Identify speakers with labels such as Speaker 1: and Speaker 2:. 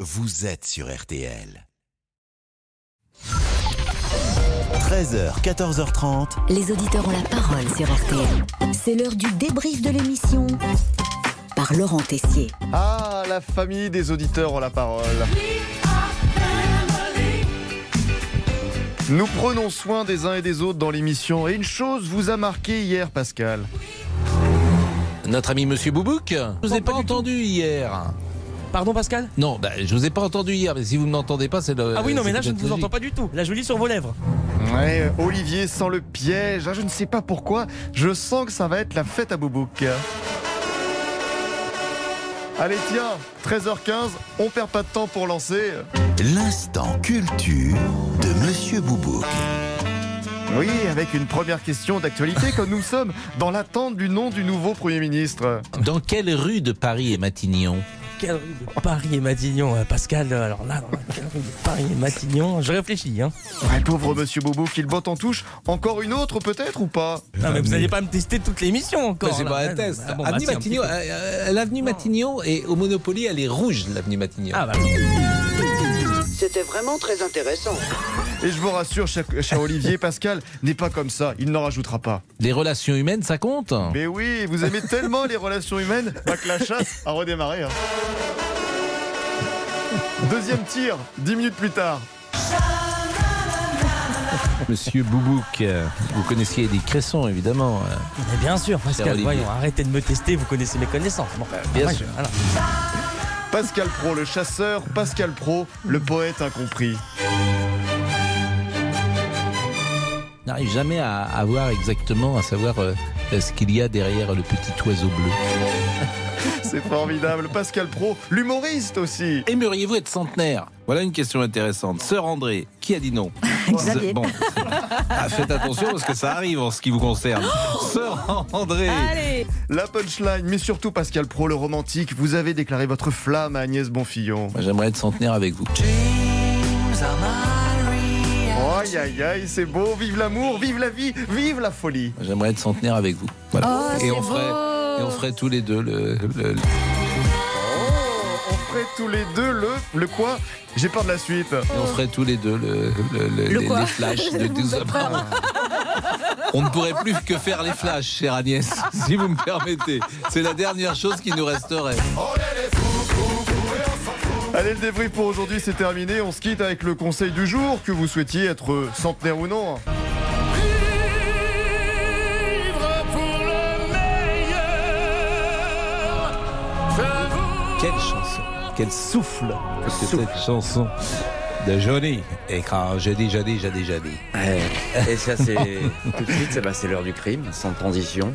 Speaker 1: vous êtes sur RTL. 13h, 14h30.
Speaker 2: Les auditeurs ont la parole sur RTL. C'est l'heure du débrief de l'émission par Laurent Tessier.
Speaker 3: Ah, la famille des auditeurs ont la parole. Nous prenons soin des uns et des autres dans l'émission. Et une chose vous a marqué hier, Pascal.
Speaker 4: Notre ami Monsieur Boubouk, je vous ai pas, entendu hier.
Speaker 5: Pardon Pascal
Speaker 4: Non, bah, je vous ai pas entendu hier, mais si vous ne m'entendez pas, c'est le.
Speaker 5: Ah oui, non, mais là,
Speaker 4: c'est
Speaker 5: je ne vous
Speaker 4: logique.
Speaker 5: entends pas du tout. Là, je lis sur vos lèvres.
Speaker 3: Ouais, euh, Olivier sent le piège. Ah, je ne sais pas pourquoi. Je sens que ça va être la fête à Boubouk. Allez, tiens, 13h15, on perd pas de temps pour lancer.
Speaker 1: L'instant culture de Monsieur Boubouk.
Speaker 3: Oui, avec une première question d'actualité, comme nous sommes dans l'attente du nom du nouveau Premier ministre.
Speaker 4: Dans quelle rue de Paris est Matignon
Speaker 5: Quelle rue de Paris et Matignon, euh, Pascal. euh, Alors là, dans la- quelle rue de Paris et Matignon Je réfléchis, hein.
Speaker 3: Ouais, pauvre Monsieur Boubouk, il botte en touche. Encore une autre, peut-être, ou pas
Speaker 5: Non, mais vous n'allez pas me tester toute l'émission encore.
Speaker 4: C'est
Speaker 5: là.
Speaker 4: pas un
Speaker 5: Ah,
Speaker 4: test.
Speaker 5: bon, bah,
Speaker 4: Avenue
Speaker 5: si, un
Speaker 4: Matignon,
Speaker 5: petit peu.
Speaker 4: euh, euh, l'avenue Matignon est au Monopoly, elle est rouge, l'avenue Matignon.
Speaker 5: Ah, bah,
Speaker 6: C'était vraiment très intéressant.
Speaker 3: Et je vous rassure, cher, cher Olivier, Pascal n'est pas comme ça. Il n'en rajoutera pas.
Speaker 4: Les relations humaines, ça compte
Speaker 3: Mais oui, vous aimez tellement les relations humaines bah, que la chasse a redémarré. hein. Deuxième tir, dix minutes plus tard.
Speaker 4: Monsieur Boubouk, euh, vous connaissiez des Cresson, évidemment. euh.
Speaker 5: mais bien sûr,
Speaker 4: C'est
Speaker 5: Pascal,
Speaker 4: Olivier.
Speaker 5: voyons, arrêtez de me tester, vous connaissez mes connaissances. Bon,
Speaker 4: bien
Speaker 5: ouais,
Speaker 4: sûr.
Speaker 5: voilà.
Speaker 3: Pascal Pro, le chasseur, Pascal Pro, le poète incompris.
Speaker 4: On n'arrive jamais à, à voir exactement, à savoir euh, ce qu'il y a derrière le petit oiseau bleu.
Speaker 3: C'est formidable. Pascal Pro, l'humoriste aussi.
Speaker 4: Aimeriez-vous être centenaire Voilà une question intéressante. Sœur André, qui a dit non
Speaker 2: Xavier.
Speaker 4: Bon. Ah, faites attention parce que ça arrive en ce qui vous concerne. Sœur André
Speaker 3: La punchline, mais surtout Pascal Pro, le romantique. Vous avez déclaré votre flamme à Agnès Bonfillon.
Speaker 4: Moi, J'aimerais être centenaire avec vous.
Speaker 3: Aïe aïe aïe, c'est beau. Vive l'amour, vive la vie, vive la folie.
Speaker 4: J'aimerais être centenaire avec vous. Voilà. et, on ferait, et on ferait tous les deux le. le- le-
Speaker 3: On ferait tous les deux le. Le quoi J'ai peur de la suite.
Speaker 4: et on ferait tous les deux le, le- le- les, les flashs de 12 heures. On ne pourrait plus que faire les flashs, chère Agnès, si vous me permettez. C'est la dernière chose qui nous resterait.
Speaker 3: Allez, le débrief pour aujourd'hui, c'est terminé. On se quitte avec le conseil du jour, que vous souhaitiez être centenaire ou non.
Speaker 4: Quelle chanson Quel souffle que cette chanson de Johnny. Et quand je dis, je dis, je dis, je dis.
Speaker 7: Et ça, c'est tout de suite, c'est bah, c'est l'heure du crime, sans transition.